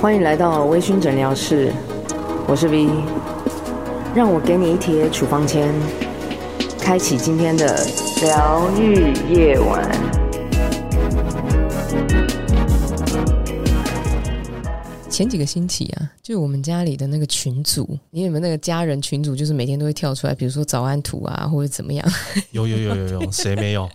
欢迎来到微醺诊疗室，我是 V，让我给你一贴处方签，开启今天的疗愈夜晚。前几个星期啊，就我们家里的那个群组，你有没有那个家人群组？就是每天都会跳出来，比如说早安图啊，或者怎么样。有有有有 有，谁没有？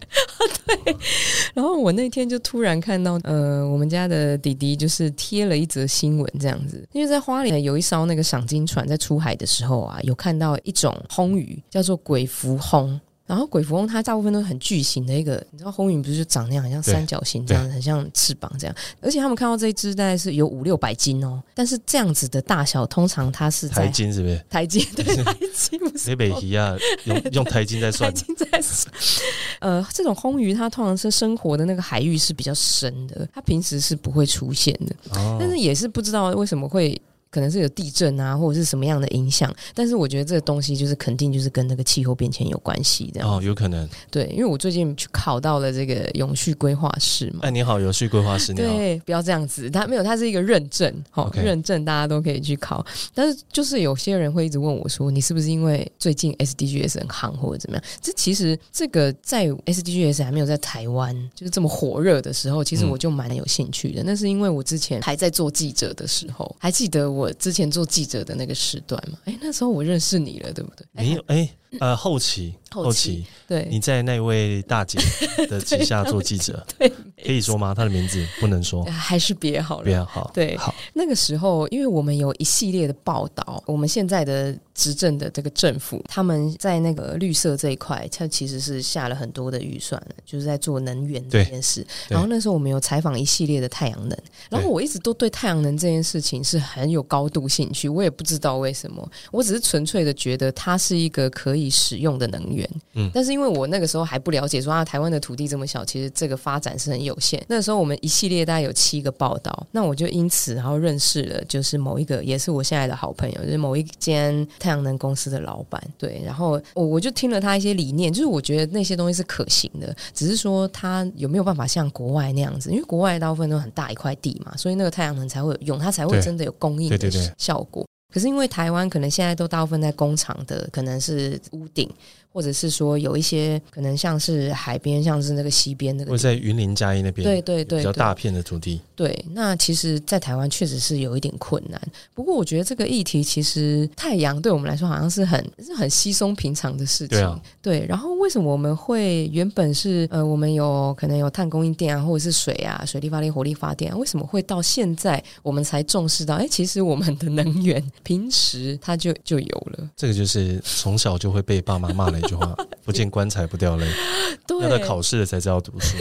然后我那天就突然看到，呃，我们家的弟弟就是贴了一则新闻这样子，因为在花莲呢有一艘那个赏金船在出海的时候啊，有看到一种轰鱼叫做鬼蝠轰。然后鬼蝠翁它大部分都是很巨型的一个，你知道红鱼不是就长那样，很像对三角形这样，很像翅膀这样。而且他们看到这一只大概是有五六百斤哦，但是这样子的大小，通常它是台在哦金是不是？台阶，对 台阶不是谁北皮啊？用用台 金在它算已，经在算呃，这种红鱼它通常是生活的那个海域是比较深的，它平时是不会出现的，哦但是也是不知道为什么会。可能是有地震啊，或者是什么样的影响，但是我觉得这个东西就是肯定就是跟那个气候变迁有关系这样。哦，有可能。对，因为我最近去考到了这个永续规划师嘛，哎，你好，有序规划师，你好。对，不要这样子，它没有，它是一个认证，好、 OK 认证大家都可以去考。但是就是有些人会一直问我说，你是不是因为最近 SDGs 很夯或者怎么样？这其实这个在 SDGs 还没有在台湾就是这么火热的时候，其实嗯我就蛮有兴趣的。那是因为我之前还在做记者的时候，还记得我之前做记者的那个时段嘛？哎，那时候我认识你了，对不对？哎你哎呃，后期后期对，你在那位大姐的旗下做记者， 对可以说吗？她的名字不能说，还是别好了不。要好。对好，那个时候，因为我们有一系列的报道，我们现在的执政的这个政府，他们在那个绿色这一块，它其实是下了很多的预算，就是在做能源这对件事。对然后那时候我们有采访一系列的太阳能，然后我一直都对太阳能这件事情是很有高度兴趣，我也不知道为什么，我只是纯粹的觉得它是一个可以使用的能源。嗯但是因为我那个时候还不了解说啊，台湾的土地这么小，其实这个发展是很有限。那时候我们一系列大概有七个报道，那我就因此然后认识了，就是某一个也是我现在的好朋友，就是某一间太阳能公司的老板。对，然后我我就听了他一些理念，就是我觉得那些东西是可行的，只是说它有没有办法像国外那样子，因为国外大部分都很大一块地嘛，所以那个太阳能才会有用，它才会对真的有供应对的对对效果。可是因为台湾可能现在都大部分在工厂的，可能是屋顶，或者是说有一些可能像是海边，像是那个西边那我个地，在云林嘉义那边，对对比对较对大片的土地，对。那其实，在台湾确实是有一点困难。不过，我觉得这个议题其实太阳对我们来说好像是很是很稀松平常的事情。对啊，对，然后为什么我们会原本是呃，我们有可能有碳供应电啊，或者是水啊、水力发电、火力发电、啊，为什么会到现在我们才重视到？哎，其实我们的能源平时它就就有了。这个就是从小就会被爸妈骂的一 句话：“不见棺材不掉泪。”对，要到考试了才知道读书。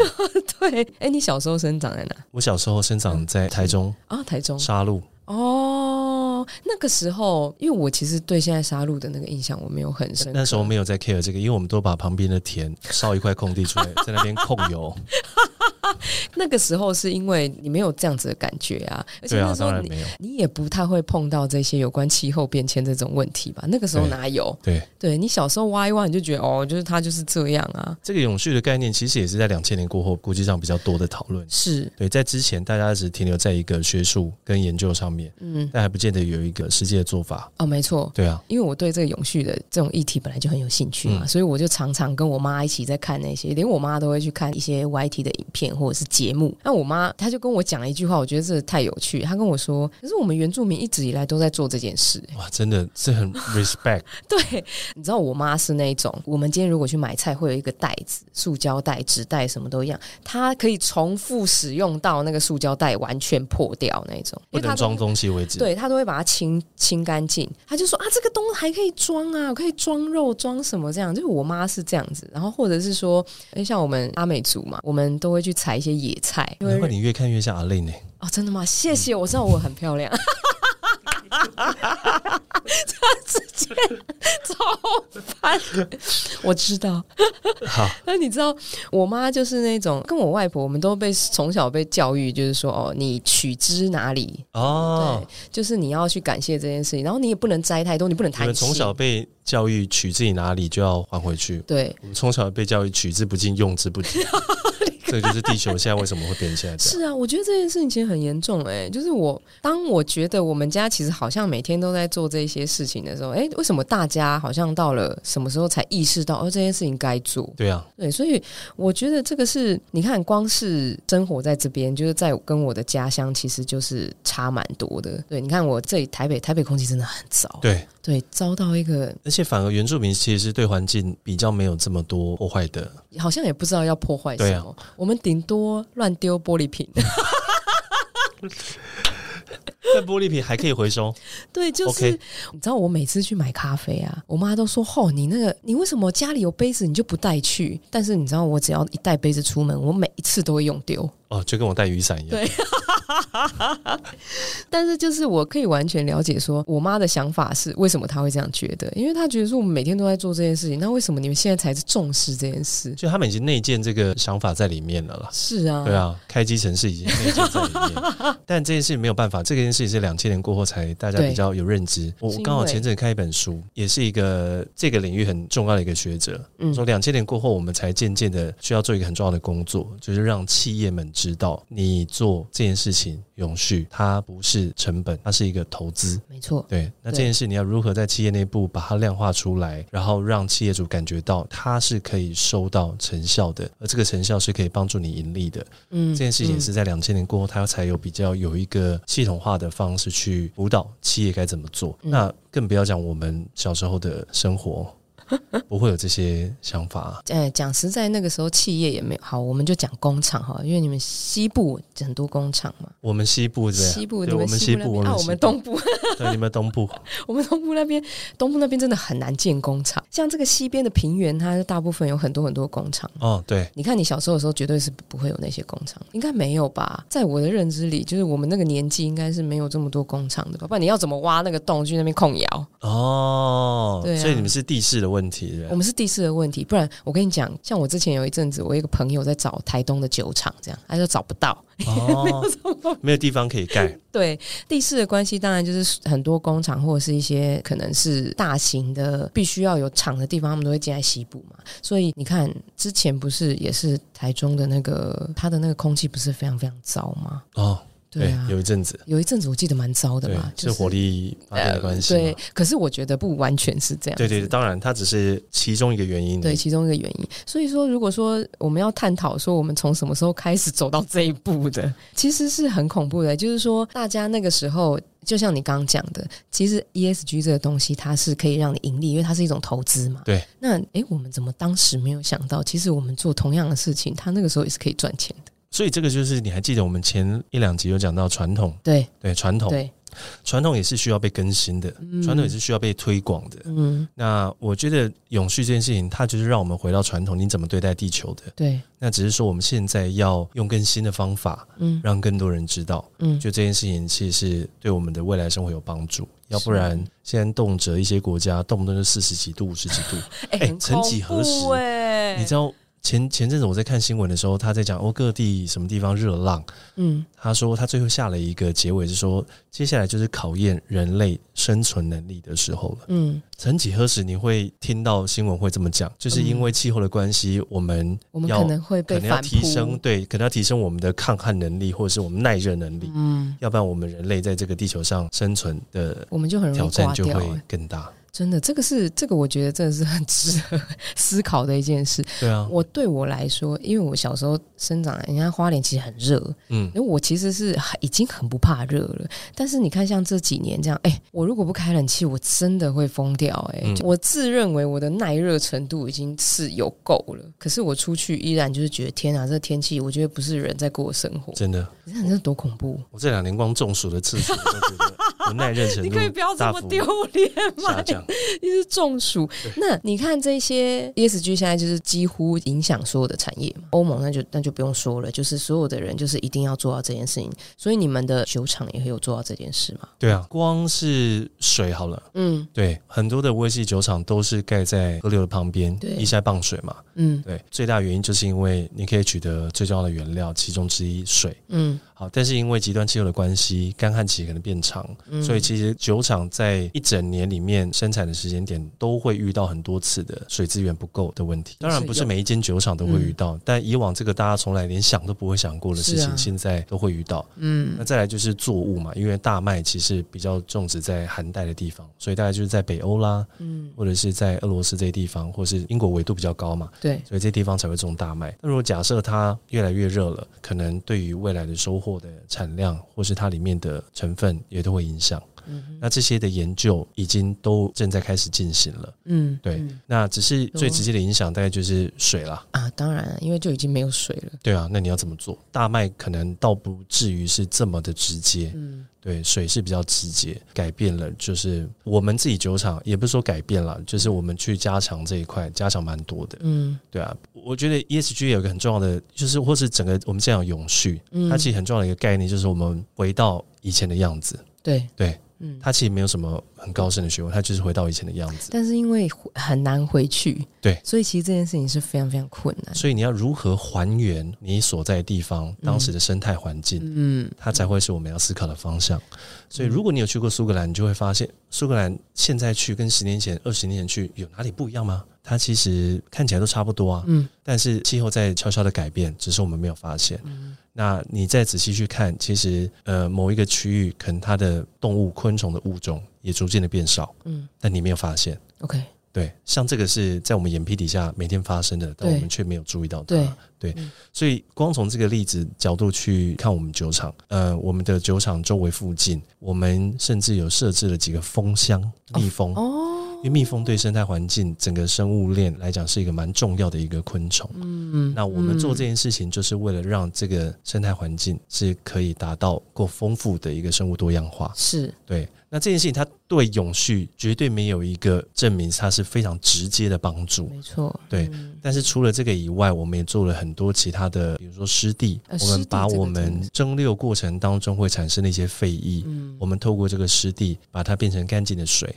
对，哎，你小时候生长在哪？我小时候生长在台中啊，台中沙鹿，哦，那个时候，因为我其实对现在杀戮的那个印象我没有很深刻，那时候没有在 care 这个，因为我们都把旁边的田烧一块空地出来，在那边控 油。那个时候是因为你没有这样子的感觉啊，而且对那啊，时当候然你、没有。你也不太会碰到这些有关气候变迁这种问题吧？那个时候对哪有？对，对你小时候挖一挖，你就觉得哦，就是它就是这样啊，这个永续的概念其实也是在两千年过后国际上比较多的讨论。是，对，在之前大家只停留在一个学术跟研究上面，嗯，但还不见得有一个实际的做法。哦，没错。对啊，因为我对这个永续的这种议题本来就很有兴趣嘛，嗯所以我就常常跟我妈一起在看那些，连我妈都会去看一些 YT 的影片或者是节目。那我妈她就跟我讲了一句话，我觉得这太有趣。她跟我说：“可是我们原住民一直以来都在做这件事、 欸哇，真的 是很 respect。对，你知道我妈是那一种，我们今天如果去买菜，会有一个袋子，塑胶袋、纸袋什么都一样，它可以重复使用到那个塑胶袋完全破掉那一种，因不为它能都装东西为止。对他都会把它清清干净。他就说啊，这个东西还可以装啊，可以装肉，装什么这样。就是我妈是这样子，然后或者是说，哎，像我们阿美族嘛，我们都会去采一些野菜。因难怪为你越看越像阿令呢、哦，真的吗？谢谢，我知道我很漂亮。 他直接超烦， 我知道。好，那你知道，我妈就是那种跟我外婆，我们都被从小被教育，就是说哦，你取之哪里，哦对，，就是你要去感谢这件事情，然后你也不能摘太多，你不能你贪们心。从小被教育取自己哪里就要还回去，对， 我们从小被教育取之不尽，用之不竭。这就是地球现在为什么会变现在这样。是啊，我觉得这件事情其实很严重哎、就是我当我觉得我们家其实好像每天都在做这些事情的时候，哎、为什么大家好像到了什么时候才意识到哦这件事情该做？对啊，对，所以我觉得这个是你看，光是生活在这边，就是在跟我的家乡，其实就是差蛮多的。对，你看我这里台北，台北空气真的很糟，对，对，糟到一个而且反而原住民其实是对环境比较没有这么多破坏的，好像也不知道要破坏什对啊么，我们顶多乱丢玻璃瓶， 但玻璃瓶还可以回收。对，就是 OK 你知道，我每次去买咖啡啊，我妈都说：“哦，你那个，你为什么家里有杯子你就不带去？”但是你知道，我只要一带杯子出门，我每一次都会用丢。哦，就跟我带雨伞一样。对但是就是我可以完全了解说，我妈的想法是为什么她会这样觉得，因为她觉得说我们每天都在做这件事情，那为什么你们现在才是重视这件事？就他们已经内建这个想法在里面了啦。是啊，对，啊，开机城市已经内建在 里面，但这件事情没有办法，这件事情是两千年过后才大家对比较有认 知。我是我因刚好为前阵看一本书，也是一个这个领域很重要的一个学者，嗯说两千年过后，我们才渐渐的需要做一个很重要的工作，就是让企业们知道，你做这件事情永续，它不是成本，它是一个投资。没错，对，那这对件事你要如何在企业内部把它量化出来，然后让企业主感觉到它是可以收到成效的，而这个成效是可以帮助你盈利的。嗯，这件事情是在两千年过后，它才有比较有一个系统化的方式去辅导企业该怎么做。嗯那更不要讲我们小时候的 生活，不会有这些想法。嗯。哎，讲实在，那个时候企业也没有好，我们就讲工厂哈，因为你们西部很多工厂嘛，我们西部这样，西部啊你对我们们西部，那边啊，我西们部，东部 对你们东部，我们东部那边，东部那边真的很难建工厂。像这个西边的平原，它大部分有很多很多工厂。哦，对，你看，你小时候的时候，绝对是不会有那些工厂，应该没有吧？在我的认知里，就是我们那个年纪，应该是没有这么多工厂的吧？不然你要怎么挖那个洞去那边控窑？哦，对啊所以你们是地势的问题，对啊不我对们是地势的问题，不然我跟你讲，像我之前有一阵子，我有一个朋友在找台东的酒厂，这样他就找不到。哦， 没有地方可以盖，对地势的关系，当然就是很多工厂或者是一些可能是大型的，必须要有厂的地方，他们都会建在西部嘛。所以你看，之前不是也是台中的那个，它的那个空气不是非常非常糟吗？哦，对啊，有一阵子，有一阵子我记得蛮糟的对嘛，，就是火力发电的关系嘛、对，可是我觉得不完全是这样子。对对对，当然它只是其中一个原因。对，其中一个原因。所以说，如果说我们要探讨说我们从什么时候开始走到这一步的，其实是很恐怖的。就是说，大家那个时候，就像你刚刚讲的，其实 ESG 这个东西它是可以让你盈利，因为它是一种投资嘛。对。那诶，我们怎么当时没有想到，其实我们做同样的事情，它那个时候也是可以赚钱的。所以这个就是你还记得我们前一两集有讲到传统，对对传统，对，传统也是需要被更新的，嗯传统也是需要被推广的。嗯，那我觉得永续这件事情，它就是让我们回到传统，你怎么对待地球的？对，那只是说我们现在要用更新的方法，嗯让更多人知道，嗯，就这件事情其实是对我们的未来生活有帮助。要不是然，现在动辄一些国家动不动就四十几度、五十几 度，哎、哎很曾几恐何怖时哎、你知道前前阵子我在看新闻的时候，他在讲哦各地什么地方热浪，嗯，他说他最后下了一个结尾是说，接下来就是考验人类生存能力的时候了。嗯，曾几何时，你会听到新闻会这么讲，就是因为气候的关系，我们我们要可能会可被能要反提扑，升对，可能要提升我们的抗旱能力或者是我们耐热能力，嗯，要不然我们人类在这个地球上生存的我们就很容挑易挂战就掉、会哎更大。真的，这个是这个，我觉得真的是很值得思考的一件事。 对啊，我对我来说，因为我小时候生长，人家花莲其实很热，嗯，因为我其实是很已经很不怕热了。但是你看，像这几年这样，哎、我如果不开冷气，我真的会疯掉、哎、嗯我自认为我的耐热程度已经是有够了，可是我出去依然就是觉得天啊，这天气我觉得不是人在过生活，真的，你看这多恐怖！我这两年光中暑的次数，我都觉得我耐热程度大幅脸下降。一直中暑。那你看这些 ESG 现在就是几乎影响所有的产业嘛，欧盟那就那就不用说了，就是所有的人就是一定要做到这件事情。所以你们的酒厂也会有做到这件事嘛？对啊，光是水好了，嗯对，很多的威士忌酒厂都是盖在河流的旁边，对依山傍水嘛。嗯对，最大原因就是因为你可以取得最重要的原料，其中之一水。嗯好，但是因为极端气候的关系，干旱期可能变长，嗯嗯所以其实酒厂在一整年里面生产的时间点都会遇到很多次的水资源不够的问题。当然不是每一间酒厂都会遇到，但以往这个大家从来连想都不会想过的嗯事是情，啊现在都会遇到。嗯那再来就是作物嘛，因为大麦其实比较种植在寒带的地方，所以大概就是在北欧啦，嗯，或者是在俄罗斯这些地方，或是英国纬度比较高嘛，对，所以这些地方才会种大麦。那如果假设它越来越热了，可能对于未来的收获的产量，或是它里面的成分也都会影响。嗯那这些的研究已经都正在开始进行了。嗯，对嗯那只是最直接的影响大概就是水啦，啊，当然了，因为就已经没有水了，对啊，那你要怎么做？大麦可能倒不至于是这么的直接，嗯对，水是比较直接，改变了就是我们自己酒厂，也不是说改变了，就是我们去加强这一块，加强蛮多的，嗯对啊，我觉得 ESG 有一个很重要的，就是或是整个我们这样永续，嗯，它其实很重要的一个概念就是我们回到以前的样子，对对，嗯，它其实没有什么很高深的学问，它就是回到以前的样子。但是因为回很难回去，对所以其实这件事情是非常非常困难。所以你要如何还原你所在的地方当时的生态环境，嗯，它才会是我们要思考的方向。所以，如果你有去过苏格兰，你就会发现，苏格兰现在去跟十年前、二十年前去有哪里不一样吗？它其实看起来都差不多啊，嗯但是气候在悄悄的改变，只是我们没有发现。嗯那你再仔细去看，其实呃，某一个区域可能它的动物、昆虫的物种也逐渐的变少，嗯但你没有发现。 ，OK，对，像这个是在我们眼皮底下每天发生的，但对我们却没有注意到它。对，所以光从这个例子角度去看我们酒厂，呃，我们的酒厂周围附近，我们甚至有设置了几个蜂箱，蜜蜂。哦因，为蜜蜂对生态环境、整个生物链来讲是一个蛮重要的一个昆虫。嗯那我们做这件事情，就是为了让这个生态环境是可以达到够丰富的一个生物多样化嗯。是对，那这件事情它对永续绝对没有一个证明，它是非常直接的帮助。没错，对嗯但是除了这个以外，我们也做了很多其他的，比如说湿地，呃我湿们地把这个我真的们是蒸馏过程当中会产生的一些废液，嗯我们透过这个湿地把它变成干净的水。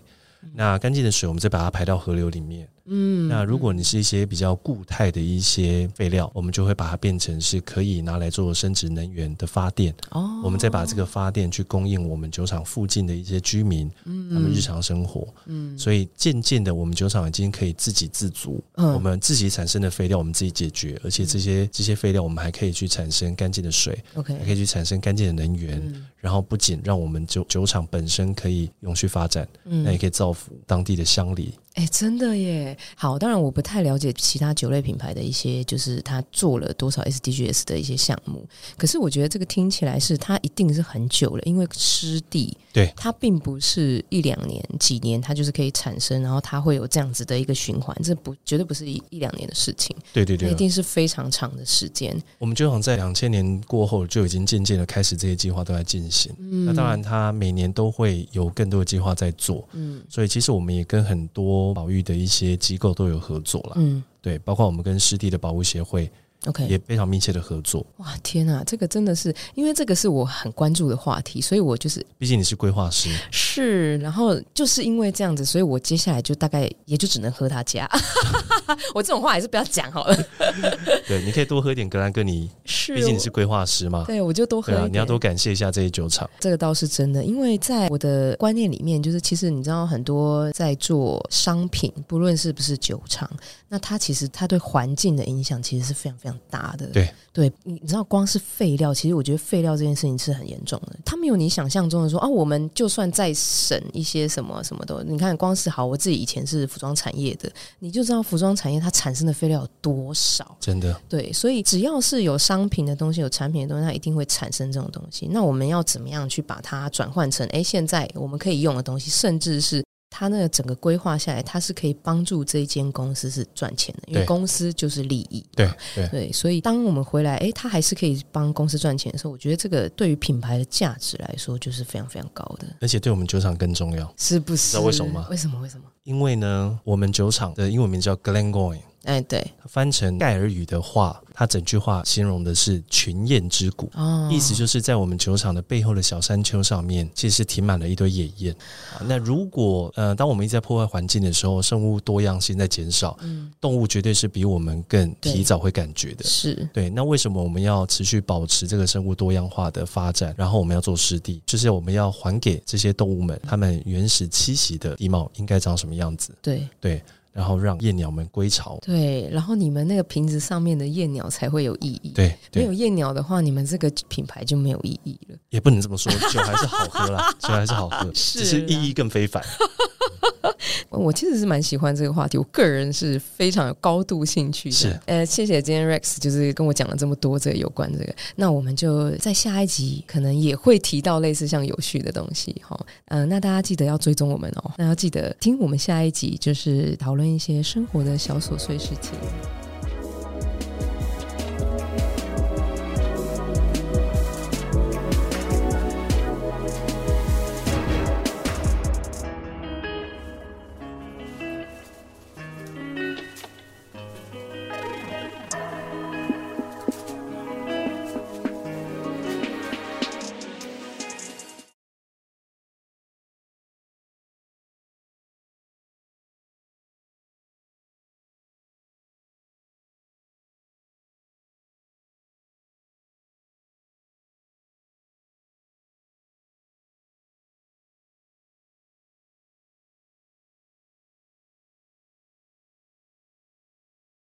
那干净的水，我们再把它排到河流里面。嗯那如果你是一些比较固态的一些废料，我们就会把它变成是可以拿来做生殖能源的发电。哦，我们再把这个发电去供应我们酒厂附近的一些居民，他他们日常生活。嗯，所以渐渐的，我们酒厂已经可以自给自足。嗯我们自己产生的废料，我们自己解决，而且这些这些废料，我们还可以去产生干净的水，还可 OK，以去产生干净的能源。嗯然后不仅让我们酒酒厂本身可以永续发展，嗯那也可以造福当地的乡里。哎、真的耶！好，当然我不太了解其他酒类品牌的一些，就是他做了多少 SDGs 的一些项目。可是我觉得这个听起来是它一定是很久了，因为湿地，对它并不是一两年、几年，它就是可以产生，然后它会有这样子的一个循环，这不绝对不是一一两年的事情，对对它对一，定是非常长的时间。我们酒厂在两千年过后就已经渐渐的开始这些计划都在进行。嗯那当然，，它每年都会有更多的计划在做。嗯所以其实我们也跟很多保育的一些机构都有合作啦，嗯对，包括我们跟湿地的保护协会，OK，也非常密切的合作。哇，天啊，这个真的是，因为这个是我很关注的话题，所以我就是毕竟你是规划 师，是，然后就是因为这样子，所以我接下来就大概也就只能喝他家。 我这种话还是不要讲好了。对，你可以多喝一点格兰哥尼，是毕竟你是规划师嘛。对，我就多喝对一啊，点。你要多感谢一下这些酒厂。这个倒是真的，因为在我的观念里面，就是其实你知道，很多在做商品，不论是不是酒厂，那它其实它对环境的影响其实是非常非常大的。对，对，你你知道，光是废料，其实我觉得废料这件事情是很严重的。它没有你想象中的说啊，我们就算再省一些什么什么的，你看，光是好，我自己以前是服装产业的，你就知道服装产业它产生的废料有多少。真的，对，所以只要是有商品的东西、有产品的东西，它一定会产生这种东西。那我们要怎么样去把它转换成诶，现在我们可以用的东西，甚至是它那个整个规划下来，它是可以帮助这一间公司是赚钱的，因为对公司就是利益。对对对，所以当我们回来，诶，它还是可以帮公司赚钱的时候，我觉得这个对于品牌的价值来说，就是非常非常高的，而且对我们酒厂更重要，是不是？道为什么吗为什么？为什么？因为呢，我们酒厂的英文名叫 Glengoyne，哎，对，翻成盖尔语的话，它整句话形容的是群雁之谷，哦，意思就是在我们球场的背后的小山丘上面，其实停满了一堆野雁。啊那如果呃，当我们一直在破坏环境的时候，生物多样性在减少，嗯，动物绝对是比我们更对提早会感觉的。是对，那为什么我们要持续保持这个生物多样化的发展？然后我们要做湿地，就是我们要还给这些动物们它们原始栖息的地貌应该长什么样子，对然后让夜鸟们归巢。对，然后你们那个瓶子上面的夜鸟才会有意义。对没对有，夜鸟的话，你们这个品牌就没有意义了。也不能这么说，酒还是好喝啦，酒还是好喝，是只是啦意义更非凡。我其实是蛮喜欢这个话题，我个人是非常有高度兴趣的。是，呃，谢谢今天 Rex 就是跟我讲了这么多这个有关这个，那我们就在下一集可能也会提到类似像有序的东西哈。嗯、呃，那大家记得要追踪我们哦，那要记得听我们下一集，就是讨论一些生活的小琐碎事情。